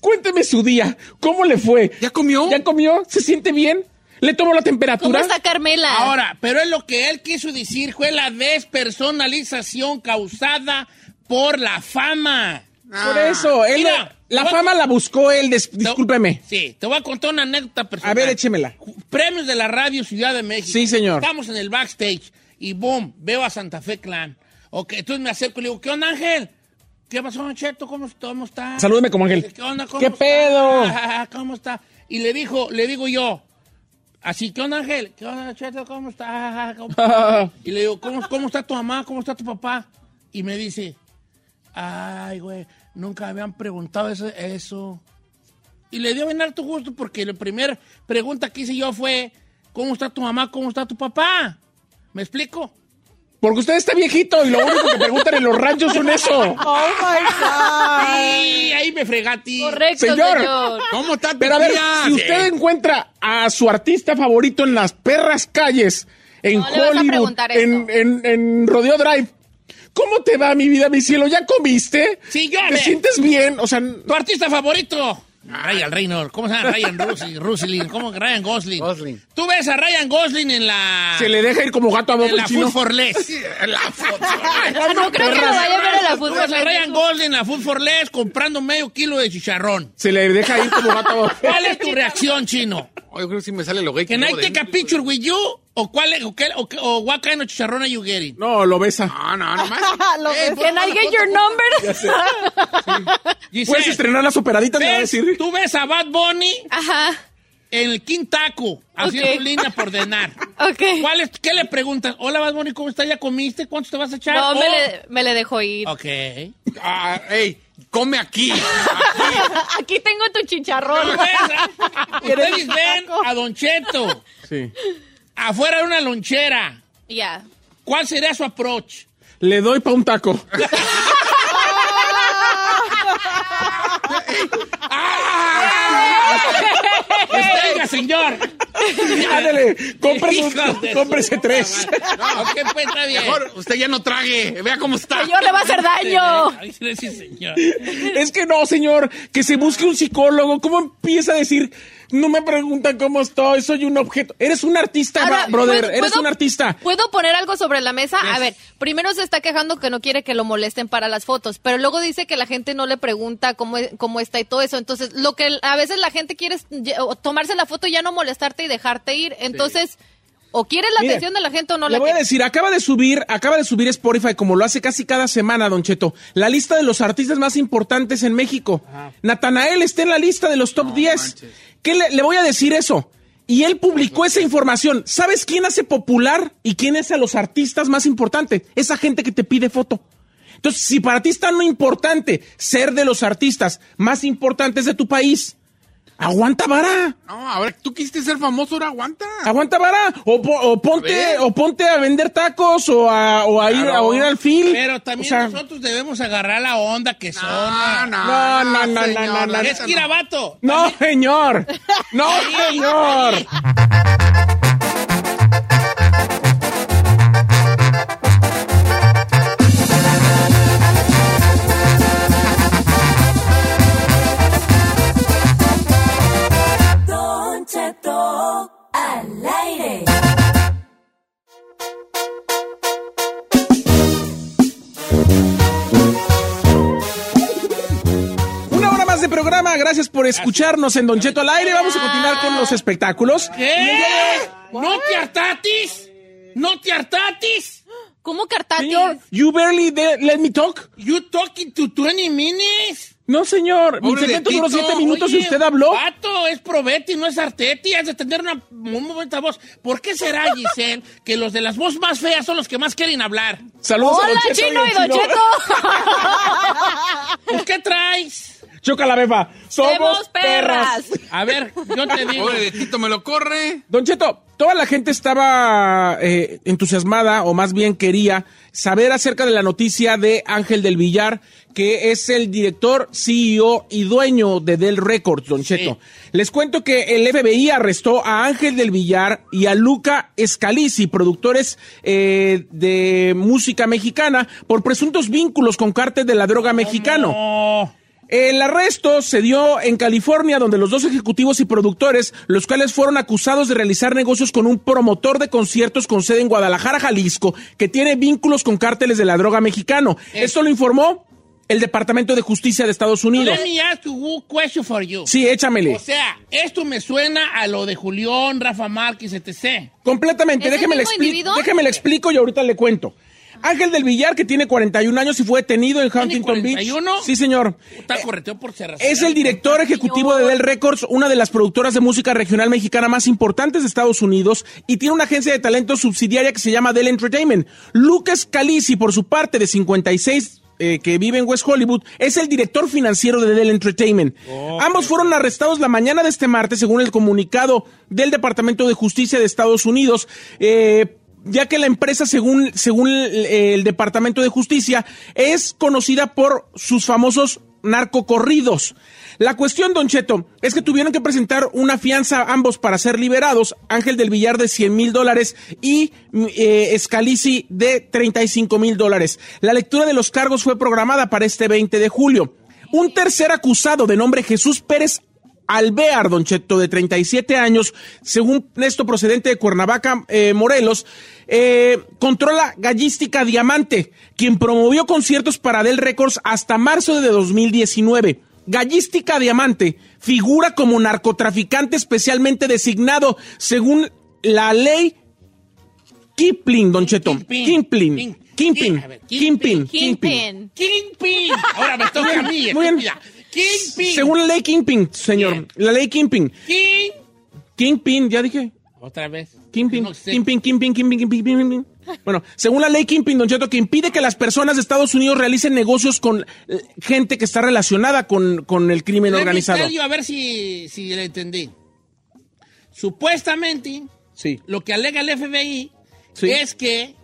S3: Cuénteme su día. ¿Cómo le fue? ¿Ya comió? ¿Ya comió? ¿Se siente bien? ¿Le tomo la temperatura?
S13: Carmela?
S2: Ahora, pero es lo que él quiso decir, fue la despersonalización causada por la fama.
S3: Por eso, él
S2: Mira,
S3: la
S2: voy a-
S3: fama la buscó él, des- discúlpeme.
S2: Sí, te voy a contar una anécdota personal.
S3: A ver, échemela. <laughs>
S2: Premios de la Radio Ciudad de México.
S3: Sí, señor.
S2: Estamos en el backstage y boom, veo a Santa Fe Clan. Ok, entonces me acerco y le digo, ¿qué onda, Ángel? ¿Qué pasó, Don Cheto? ¿Cómo, cómo está?
S3: Salúdeme como Ángel.
S2: ¿Qué onda? ¿Cómo
S3: ¿Qué
S2: está?
S3: pedo?
S2: Ah, <laughs> ¿Cómo está? Y le dijo, le digo yo, así, ¿qué onda, Ángel? ¿Qué onda, Don Cheto? ¿Cómo está? <laughs> ¿Cómo está? y le digo, ¿Cómo, ¿cómo está tu mamá? ¿Cómo está tu papá? Y me dice, ay, güey, nunca habían preguntado eso. eso. Y le dio bien harto gusto porque la primera pregunta que hice yo fue, ¿cómo está tu mamá? ¿Cómo está tu papá? ¿Me explico?
S3: Porque usted está viejito y lo único que preguntan en los ranchos son eso.
S2: ¡Oh, my
S7: <laughs>
S2: God! ahí me fregati. Correcto,
S3: Señor. ¿Cómo
S5: está tu
S3: Pero a ver,
S5: tía?
S3: si
S5: Sí.
S3: usted encuentra a su artista favorito en las perras calles, en
S4: No le vas a
S3: Hollywood,
S4: preguntar eso.
S3: en, en, en Rodeo Drive, ¿cómo te va mi vida, mi cielo? ¿Ya comiste?
S2: Sí, yo, a
S3: ¿Te
S2: ver.
S3: sientes bien? O sea, n-
S2: ¿Tu artista favorito? Ryan Reynolds. ¿Cómo se llama? Ryan Russi- Rusling. ¿Cómo? Ryan Gosling. Tú ves a Ryan Gosling en
S4: Ah.
S2: la...
S3: se le deja ir como gato a boca
S2: en
S3: el
S2: la
S3: chino.
S2: Food for Less. la
S13: No creo que lo vaya a ver en la Food for
S2: Tú ves a
S13: Less,
S2: Ryan
S13: dijo.
S2: Gosling en la Food for Less comprando medio kilo de chicharrón.
S3: Se le deja ir como gato a boca.
S2: ¿Cuál es tu reacción, chino?
S5: Ay, Ah, yo creo que sí me sale lo gay que
S2: ¿Can I
S5: llevo
S2: take a
S5: dentro.
S2: picture with you? ¿O cuál es, o, qué, o, qué- o what kind of chicharrón are you getting?
S3: No, lo besa.
S5: No, no, no más.
S13: <laughs> Lo
S7: Eh,
S2: Ey,
S13: que- Can I get your
S3: Ya
S13: number?
S3: sé. Puedes estrenar las operaditas, le Pues va a
S2: ¿Ves?
S3: decir.
S2: Tú ves a Bad Bunny
S13: Ajá.
S2: en el quintaco haciendo
S13: Ok.
S2: línea por denar.
S13: Ok.
S2: ¿Cuál es- ¿Qué le preguntas? Hola, Bad Bunny, ¿cómo estás? ¿Ya comiste? ¿Cuántos te vas a echar?
S13: No, me
S2: O-
S13: le, me le dejó ir.
S2: oh. Ok.
S5: Ah, ey, come aquí.
S13: <laughs> Aquí tengo tu chicharrón.
S2: ah?
S13: <laughs>
S2: Ustedes ven a Don Cheto
S3: Sí.
S2: afuera de una lonchera.
S13: Ya.
S2: ¿Cuál sería su approach?
S3: Le doy pa' un
S5: <laughs>
S3: taco.
S2: Venga, señor.
S3: <laughs> Ándale, cómprese, un-
S2: Hijos de su-
S3: cómprese tres.
S2: Ok, pues está bien.
S5: Mejor usted ya no trague. Vea cómo está.
S13: Señor, le va a hacer daño.
S2: ¿eh? Ay, sí, señor.
S3: Es que no, señor, que se busque un psicólogo. ¿Cómo empieza a decir? No me preguntan cómo estoy, soy un objeto. Eres un artista,
S13: Ahora,
S3: bra- brother,
S13: ¿puedo-
S3: eres
S13: puedo-
S3: un artista.
S13: ¿Puedo poner algo sobre la mesa? A
S3: Yes.
S13: ver, primero se está quejando que no quiere que lo molesten para las fotos, pero luego dice que la gente no le pregunta cómo, cómo está y todo eso. Entonces, lo que a veces la gente quiere es ye- o tomarse la foto y ya no molestarte y dejarte ir. Entonces, o quieres la
S3: Mire,
S13: atención de la gente o no
S3: Le
S13: la
S3: voy a
S13: quieres.
S3: decir, acaba de subir, acaba de subir Spotify, como lo hace casi cada semana, Don Cheto, la lista de los artistas más importantes en México. Natanael está en la lista de los top 10. ¿Qué le, le voy a decir eso? Y él publicó esa información. ¿Sabes quién hace popular y quién hace a los artistas más importantes? Esa gente que te pide foto. Entonces, si para ti es tan importante ser de los artistas más importantes de tu país, Aguanta vara.
S5: No, ahora tú quisiste ser famoso, ahora aguanta.
S3: Aguanta vara. O, po- o ponte, o ponte a vender tacos o a, o a ir,
S2: Claro.
S3: o ir al film.
S2: Pero también
S3: O sea,
S2: nosotros Ah, debemos agarrar la onda que son.
S3: no, Ah, no, no, no, no, no.
S2: Es que ir a vato.
S3: No, señor.
S2: <laughs>
S3: No, señor.
S9: Don Cheto al aire.
S3: Una hora más de programa. Gracias por escucharnos en Don Cheto al aire. Vamos a continuar con los espectáculos.
S2: ¿Qué? ¿No te hartatis? ¿No te hartatis?
S13: ¿Cómo cartatis?
S3: Señor, you barely de- let me talk.
S2: You talking to 20 minutes?
S3: No, señor. Mi
S2: Pobre de
S3: segmento duró
S2: Tito.
S3: siete minutos y
S2: Oye,
S3: usted habló.
S2: Vato, es probeti, no es arteti. Has de tener una muy bonita voz. ¿Por qué
S3: <laughs>
S2: será, Giselle, que los de las voz más feas son los que más quieren hablar?
S3: Saludos a
S13: Hola,
S3: Don Cheto
S13: chino y Don
S3: al chino. <laughs>
S13: Cheto.
S2: Pues, ¿Qué traes?
S3: Choca la befa. Somos
S13: Somos perras.
S3: perras.
S2: A ver, yo te digo.
S5: Pobre de Tito, me lo corre.
S3: Don Cheto, toda la gente estaba eh, entusiasmada o más bien quería saber acerca de la noticia de Ángel del Villar, que es el director, CEO y dueño de Del Records, Don Cheto. Les cuento que el FBI arrestó a Ángel del Villar y a Luca Escalisi, productores eh, de música mexicana, por presuntos vínculos con cártel de la droga mexicano. El arresto se dio en California, donde los dos ejecutivos y productores, los cuales fueron acusados de realizar negocios con un promotor de conciertos con sede en Guadalajara, Jalisco, que tiene vínculos con cárteles de la droga mexicano.
S2: Eh.
S3: Esto lo informó el Departamento de Justicia de Estados Unidos.
S2: Let me ask you a question for you.
S3: Sí, échamele.
S2: O sea, esto me suena a lo de Julián, Rafa Márquez, etc.
S3: Completamente,
S2: ¿Es el
S3: déjeme le,
S2: mismo
S3: expli-
S2: individuo?
S3: déjeme le explico y ahorita le cuento. Ángel del Villar, que tiene 41 años y fue detenido en Huntington Beach.
S2: 41?
S3: Sí, señor.
S2: Está correteo por cerrar.
S3: Eh, Es el director ejecutivo de Del Records, una de las productoras de música regional mexicana más importantes de Estados Unidos, y tiene una agencia de talentos subsidiaria que se llama Del Entertainment. Lucas Calisi, por su parte, de 56, eh, que vive en West Hollywood, es el director financiero de Del Entertainment. Ambos fueron arrestados la mañana de este martes, según el comunicado del Departamento de Justicia de Estados Unidos. eh, ya que la empresa, según, según el, el Departamento de Justicia, es conocida por sus famosos narcocorridos. La cuestión, Don Cheto, es que tuvieron que presentar una fianza ambos para ser liberados, Ángel del Villar de 100 mil dólares y eh, Scalisi de 35 mil dólares. La lectura de los cargos fue programada para este 20 de julio. Un tercer acusado de nombre Jesús Pérez Alvear, don Cheto, de 37 años, según esto procedente de Cuernavaca, eh, Morelos, eh, controla Gallística Diamante, quien promovió conciertos para Del Records hasta marzo de 2019. Gallística Diamante figura como narcotraficante especialmente designado según la ley Kipling, don Cheto. Kipling. Kipling. Kipling. Kipling.
S2: Kingpin. Ahora me toca a mí.
S3: <laughs> Muy bien.
S2: estúpida. Kingpin.
S3: Según la ley Kingpin, señor. La ley Kingpin.
S2: King.
S3: Kingpin, ya dije.
S2: Otra vez.
S3: Kingpin,
S2: No sé.
S3: Kingpin, Kingpin, Kingpin, Kingpin, Kingpin, Kingpin. Bueno, según la ley Kingpin, Don Cheto, que impide que las personas de Estados Unidos realicen negocios con eh, gente que está relacionada con, con el crimen
S2: Let me
S3: organizado.
S2: tell you, a ver si, si le entendí. Supuestamente,
S3: Sí.
S2: lo que alega el FBI
S3: Sí.
S2: es que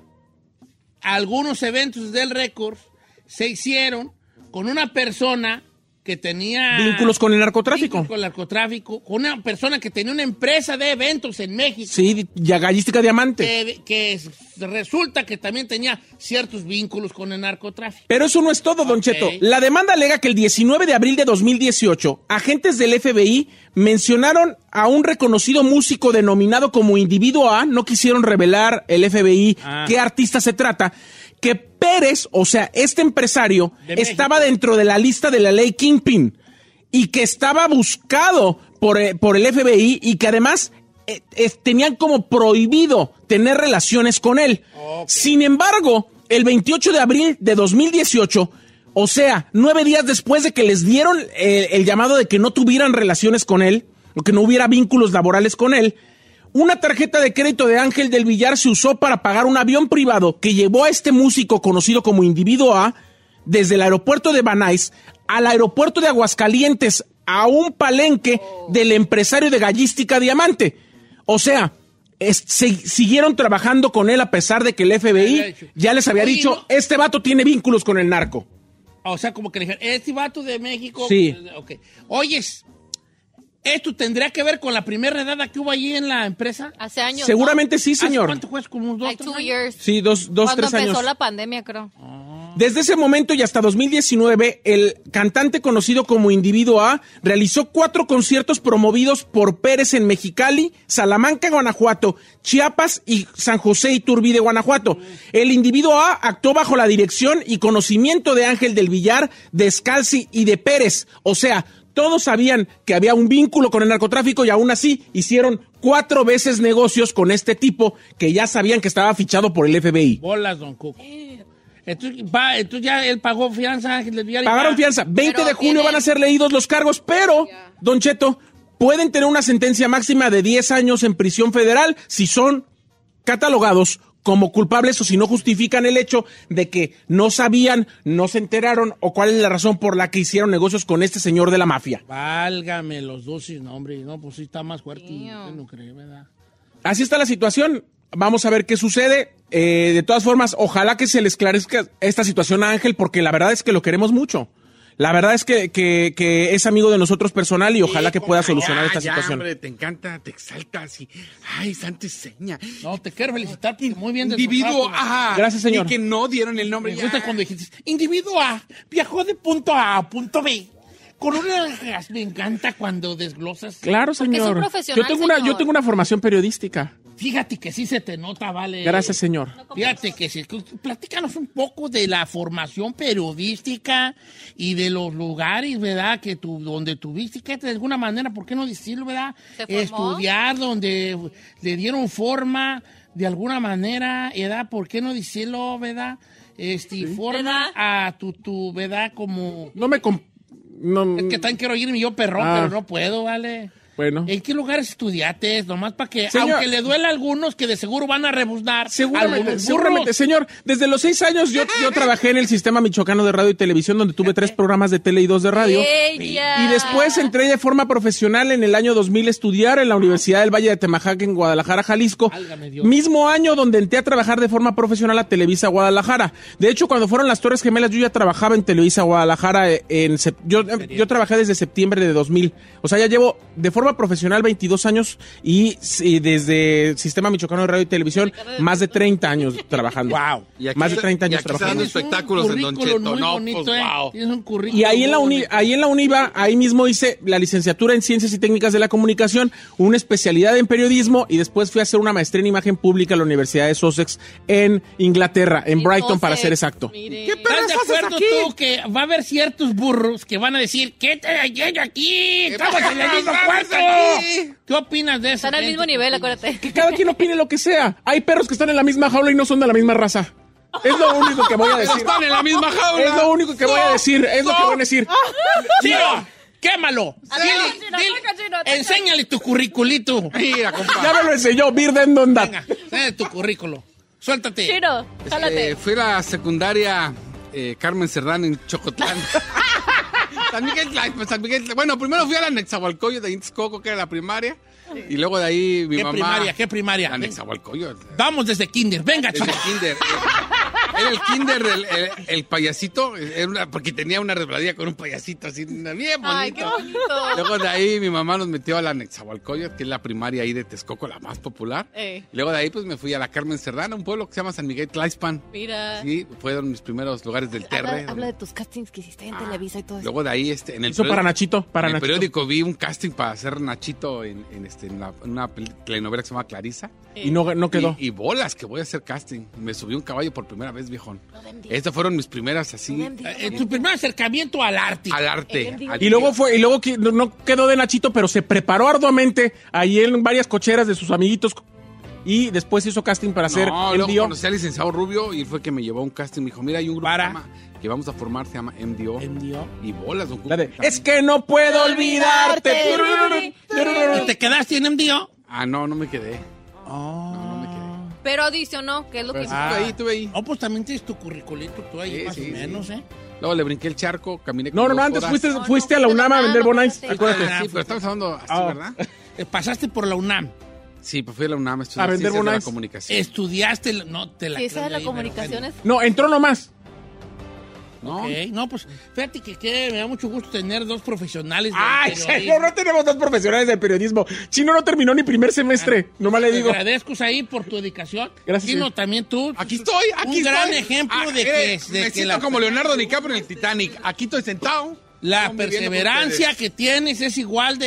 S2: algunos eventos del récord se hicieron con una persona que tenía
S3: Vínculos con el narcotráfico.
S2: vínculos con el narcotráfico, con una persona que tenía una empresa de eventos en México.
S3: Sí, ya gallística diamante.
S2: Que, que es- resulta que también tenía ciertos vínculos con el narcotráfico.
S3: Pero eso no es todo, Don Cheto. La demanda alega que el 19 de abril de 2018, agentes del FBI mencionaron a un reconocido músico denominado como individuo A, no quisieron revelar el FBI
S2: Ah.
S3: qué artista se trata, que Pérez, o sea, este empresario,
S2: De México.
S3: estaba dentro de la lista de la ley Kingpin y que estaba buscado por, eh, por el FBI y que además eh, eh, tenían como prohibido tener relaciones con él. Sin embargo, el 28 de abril de 2018, o sea, nueve días después de que les dieron eh, el llamado de que no tuvieran relaciones con él, o que no hubiera vínculos laborales con él, una tarjeta de crédito de Ángel del Villar se usó para pagar un avión privado que llevó a este músico conocido como Individuo A desde el aeropuerto de Banais al aeropuerto de Aguascalientes a un palenque del empresario de Gallística Diamante. O sea, es- se- siguieron trabajando con él a pesar de que el FBI ya les había
S2: Oye,
S3: dicho,
S2: ¿no?
S3: este vato tiene vínculos con el narco.
S2: O sea, como que le dijeron, este vato de México.
S3: Sí.
S2: Ok. Oyes, ¿esto tendría que ver con la primera redada que hubo allí en la empresa?
S13: Hace años.
S3: Seguramente sí,
S2: ¿Hace
S3: señor.
S2: ¿Cuánto fue? ¿Como dos,
S13: Like
S2: tres
S13: two
S2: años?
S13: years.
S3: Sí, dos, dos
S13: Cuando
S3: tres
S13: empezó
S3: años.
S13: la pandemia, creo.
S3: Desde ese momento y hasta 2019, el cantante conocido como Individuo A realizó cuatro conciertos promovidos por Pérez en Mexicali, Salamanca, Guanajuato, Chiapas y San José Iturbide, Guanajuato. El Individuo A actuó bajo la dirección y conocimiento de Ángel del Villar, de Scalzi y de Pérez. O sea, todos sabían que había un vínculo con el narcotráfico y aún así hicieron cuatro veces negocios con este tipo que ya sabían que estaba fichado por el FBI.
S2: Bolas, don Cuco. Entonces, va, entonces ya él pagó fianza. Ángel del Villar, y
S3: Pagaron
S2: ya.
S3: fianza. 20 de junio van a ser leídos los cargos, pero, Don Cheto, pueden tener una sentencia máxima de 10 años en prisión federal si son catalogados como culpables o si no justifican el hecho de que no sabían, no se enteraron o cuál es la razón por la que hicieron negocios con este señor de la mafia.
S2: Válgame los dosis, no, hombre. No, pues sí está más fuerte. Usted no cree, ¿verdad?
S3: Así está la situación. Vamos a ver qué sucede. Eh, de todas formas, ojalá que se le esclarezca esta situación a Ángel, porque la verdad es que lo queremos mucho. La verdad es que, que- que es amigo de nosotros personal y ojalá que pueda solucionar
S5: Ya,
S3: esta
S5: Ah, ya,
S3: situación.
S5: hombre, te encanta, te exaltas y. Ay, santa y seña.
S2: No, te quiero felicitar porque muy bien.
S5: Individuo
S2: desglosado.
S5: A.
S3: Gracias, señor.
S5: Y que no dieron el nombre.
S2: Me
S5: ya.
S2: gusta cuando dijiste, individuo A viajó de punto A a punto B. Con una... Me encanta cuando desglosas.
S3: Claro,
S2: Porque es un
S3: señor.
S2: profesional,
S3: Yo tengo, una, yo
S2: señor.
S3: tengo una formación periodística.
S2: Fíjate que sí se te nota, vale.
S3: Gracias, señor.
S2: Fíjate que sí. Platícanos un poco de la formación periodística y de los lugares, ¿verdad? Que tú, donde tuviste, que de alguna manera, ¿por qué no decirlo, verdad?
S13: ¿Se formó?
S2: Estudiar, donde le dieron forma, de alguna manera, edad, ¿por qué no decirlo, verdad? Este, forma a tu, tu, ¿verdad? Como...
S3: No me... comp- no-
S2: Es que tan quiero irme yo perrón,
S3: Ah.
S2: pero no puedo, ¿vale?
S3: Bueno.
S2: ¿En qué lugares estudiates? Nomás para que,
S3: Señor.
S2: aunque le duela a algunos que de seguro van a rebuznar.
S3: Seguramente,
S2: algunos
S3: seguramente,
S2: burros.
S3: señor. Desde los seis años yo, yo trabajé en el sistema michoacano de radio y televisión, donde tuve tres programas de tele y dos de radio.
S13: Ella.
S3: Y después entré de forma profesional en el año 2000 a estudiar en la Universidad del Valle de Temajac en Guadalajara, Jalisco. Mismo año donde entré a trabajar de forma profesional a Televisa Guadalajara. De hecho, cuando fueron las Torres Gemelas yo ya trabajaba en Televisa Guadalajara. eh, En, sep- yo, yo trabajé desde septiembre de 2000. O sea, ya llevo de forma profesional 22 años y, sí, desde Sistema Michoacano de Radio y Televisión más de 30 años trabajando.
S2: Wow.
S5: Y aquí
S3: más de
S5: se-
S3: 30
S5: y
S3: años
S5: aquí se dan
S3: trabajando.
S5: espectáculos en Don
S2: Currículum
S5: Cheto.
S2: muy
S5: No,
S2: bonito,
S5: pues,
S2: ¿eh?
S5: wow.
S2: Tienes un currículum.
S3: Y ahí en, la
S2: muy
S3: uni, ahí en la UNIVA, ahí mismo hice la licenciatura en Ciencias y Técnicas de la Comunicación, una especialidad en periodismo y después fui a hacer una maestría en imagen pública a la Universidad de Sussex en Inglaterra, en Brighton para ser exacto.
S2: ¿Qué ¿Estás de acuerdo tú que va a haber ciertos burros que van a decir, ¿qué te haciendo aquí? Estamos en el mismo
S13: haces
S2: cuarto.
S13: aquí?
S2: ¿Qué opinas de eso?
S13: Están al
S2: gente?
S13: mismo nivel, acuérdate.
S3: Que cada quien opine lo que sea. Hay perros que están en la misma jaula y no son de la misma raza. Es lo único que voy
S2: <laughs>
S3: a decir.
S5: Están en la misma jaula.
S3: <laughs> Es lo único que voy a decir, es lo que voy a decir.
S2: ¡Ciro! ¡Quémalo! Dile-
S13: Chino,
S2: dile-
S13: toca, Chino, toca.
S2: enséñale tu curriculito.
S3: <laughs>
S5: Mira, compa.
S3: Ya me lo enseñó Birden Donda.
S2: Enséñale tu currículo. Suéltate.
S13: Chino,
S3: Este,
S13: jálate.
S5: Eh, fui a la secundaria eh, Carmen Cerdán en
S2: <laughs>
S5: Chocotlán. San Miguel, Tla- San Miguel Tla- bueno, primero fui a la Nexahualcoyo de Intzcoco, que era la primaria. Y luego de ahí mi
S2: ¿Qué
S5: mamá.
S2: primaria? ¿Qué primaria?
S5: La Nexahualcoyo.
S2: Vamos desde kinder. Venga,
S5: Desde
S2: chico.
S5: el kinder. eh, Era el kinder, el, el- el payasito, era una- porque tenía una resbaladilla con un payasito así, una- bien bonito.
S13: Ay, qué bonito.
S5: Luego de ahí mi mamá nos metió a la Nexahualcoyo, que es la primaria ahí de Texcoco, la más popular.
S13: Ey,
S5: Y Luego de ahí pues me fui a la Carmen Cerdán, a un pueblo que se llama San Miguel Tlaispan.
S13: mira.
S5: Sí, fueron mis primeros lugares del
S13: Ah. habla,
S5: Terre.
S13: habla de tus castings que hiciste
S5: Ah,
S13: en Televisa y todo eso.
S5: Luego de ahí, este, en el,
S3: Eso para
S5: periódico-
S3: Nachito, para
S5: en el
S3: Nachito.
S5: periódico vi un casting para hacer Nachito en, en, este, en la- en una pel- telenovela que se llama Clarisa.
S3: Y no, no quedó.
S5: Y, y bolas que voy a hacer casting. Me subí un caballo por primera vez, viejón.
S13: No den diez,
S5: Estas fueron mis primeras
S13: no
S5: así
S13: den diez,
S2: Eh,
S13: no
S2: tu
S13: den
S2: primer acercamiento al arte.
S5: al arte.
S13: Y
S5: al-
S3: Y luego fue, y luego que- no- no quedó de Nachito, pero se preparó arduamente ahí en varias cocheras de sus amiguitos y después hizo casting para hacer
S5: No,
S3: el
S5: luego
S3: dio.
S5: conocí al licenciado Rubio y fue que me llevó a un casting. Me dijo, mira, hay un grupo
S2: Para.
S5: que llama- que vamos a formar, se llama MDO.
S2: Entendió.
S5: Y bolas, don Cuco.
S3: La de, es que no puedo olvidarte.
S2: ¿Y te quedaste en MDO?
S5: Ah, no, no me quedé. No, no me quedé.
S13: diez. Pero adicionó, que es lo
S5: Pero
S13: que...
S3: Ah. Oh.
S2: Oh,
S5: sí, estuve ahí, estuve ahí.
S2: No, pues también tienes tu curriculito tú ahí,
S5: Sí,
S2: más
S5: sí,
S2: o
S5: sí.
S2: menos, ¿eh?
S5: Luego le brinqué el charco, caminé Ah,
S3: No, no, no, antes fuiste, fuiste a la UNAM a vender Bonais. Acuérdate.
S5: sí, pero estamos hablando así,
S3: Ah.
S5: ¿verdad?
S2: Eh, Pasaste por la UNAM.
S5: Sí, pues fui a la UNAM a estudiar
S3: A vender
S5: ciencias de la
S3: bonais.
S5: comunicación.
S2: Estudiaste, la- no te la
S13: Sí, esa
S2: crees
S13: de la
S2: ahí,
S13: comunicación es...
S3: No, entró nomás.
S2: pero-
S5: No.
S2: Ok, No, pues fíjate que, que me da mucho gusto tener dos profesionales. del
S3: Ay,
S2: periodismo.
S3: señor, no tenemos dos profesionales del periodismo. Chino no terminó ni primer semestre. Nomás le
S2: Te
S3: digo.
S2: agradezco ahí por tu dedicación.
S3: Gracias,
S2: Chino,
S3: señor.
S2: también tú.
S5: Aquí estoy, aquí
S2: Un
S5: estoy.
S2: gran ejemplo
S5: Ah,
S2: de
S5: eh,
S2: que, de
S5: me
S2: que
S5: siento
S2: la,
S5: como Leonardo DiCaprio en el Titanic. Aquí estoy sentado.
S2: la
S5: Estoy viviendo con
S2: perseverancia
S5: ustedes.
S2: que tienes es igual de,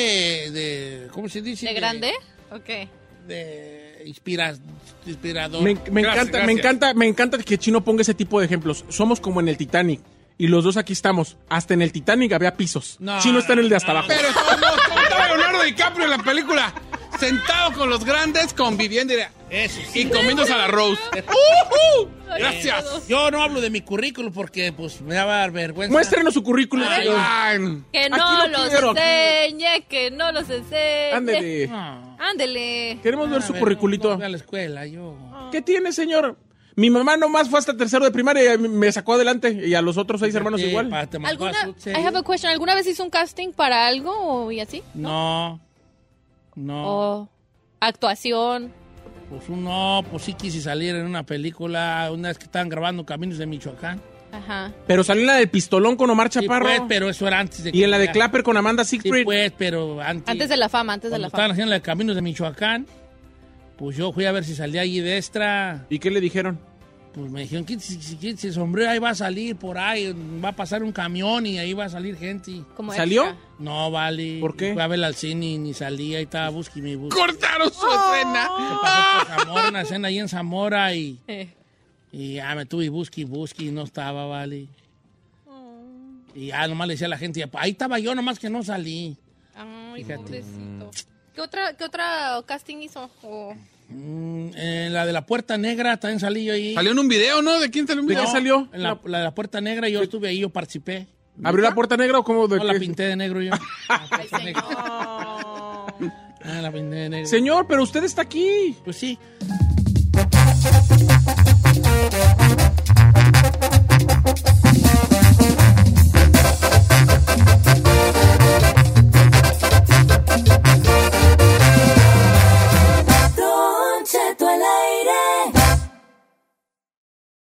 S2: de- ¿cómo se dice?
S13: ¿De grande? Ok.
S2: De, inspira- inspirador.
S3: Me, me
S5: Gracias,
S3: encanta, me
S5: gracias.
S3: encanta, me encanta que Chino ponga ese tipo de ejemplos. Somos como en el Titanic. Y los dos aquí estamos. Hasta en el Titanic había pisos.
S2: No,
S3: Chino está en el de hasta
S2: no,
S3: abajo.
S5: Pero estamos- estaba Leonardo DiCaprio en la película. Sentado con los grandes, conviviendo y,
S2: Eso sí.
S5: y
S2: <laughs>
S5: comiéndose a la Rose. Gracias.
S2: Yo no hablo de mi currículo porque pues me daba vergüenza.
S3: Muéstrenos su currículum.
S2: Ay,
S3: señor.
S5: Ay,
S13: Que
S3: Aquí
S13: no
S3: lo
S13: los
S3: quiero, aquí.
S13: enseñe, que no los enseñe.
S3: <laughs> Ándele.
S2: No.
S13: Ándele.
S3: Queremos ver
S2: A
S3: su
S2: ver,
S3: curriculito.
S2: no voy a la escuela, yo.
S3: ¿Qué tiene, señor? Mi mamá nomás fue hasta tercero de primaria y me sacó adelante. Y a los otros seis hermanos
S2: Sí,
S3: igual.
S2: pa- te mandó a
S13: ¿Alguna,
S2: Sutse.
S13: I have a question. ¿Alguna vez hizo un casting para algo o- y así?
S2: No. No.
S13: O actuación.
S2: Pues uno, pues sí quise salir en una película, una vez que estaban grabando Caminos de Michoacán.
S13: Ajá.
S3: Pero salió en la del pistolón con Omar
S2: Sí,
S3: Chaparro.
S2: pues, pero eso era antes de
S3: y en la de
S2: ya-
S3: Clapper con Amanda
S2: Sí,
S3: Siegfried.
S2: pues, pero antes.
S13: Antes de la fama, antes de
S2: cuando
S13: la
S2: estaban
S13: fama.
S2: haciendo la de Caminos de Michoacán, pues yo fui a ver si salía allí de extra.
S3: ¿Y qué le dijeron?
S2: Pues me dijeron, que si, si- si- si sombrero ahí va a salir por ahí, va a pasar un camión y ahí va a salir gente.
S13: Como
S3: ¿Salió?
S13: extra.
S2: No, vale.
S3: ¿Por qué?
S2: Fui a ver al cine y ni salía, ahí estaba, busque y me busque.
S5: cortaron su escena.
S2: Pasó por Zamora, una escena ahí en Zamora y...
S13: Eh.
S2: Y ya me tuve y busque y busque y no estaba, vale. Y ya nomás le decía a la gente, ahí estaba yo, nomás que no salí.
S13: Ay,
S2: Fíjate.
S13: pobrecito. ¿Qué otra, qué otra casting hizo? O-
S2: Mm, en la de la Puerta Negra también salí yo ahí.
S5: Salió en un video, ¿no? ¿De quién salió un
S3: ¿De
S5: video?
S3: qué salió?
S2: En la, la de la Puerta Negra yo estuve ahí, yo participé.
S3: ¿Abrió la puerta negra o cómo? De
S2: No, la
S3: qué?
S2: pinté de
S3: <laughs>
S2: negro yo. La
S13: Ay,
S2: Puerta Negra.
S13: señor.
S2: Ah, la pinté de negro.
S3: Señor, pero usted está aquí.
S2: Pues sí.
S9: Don Cheto al aire.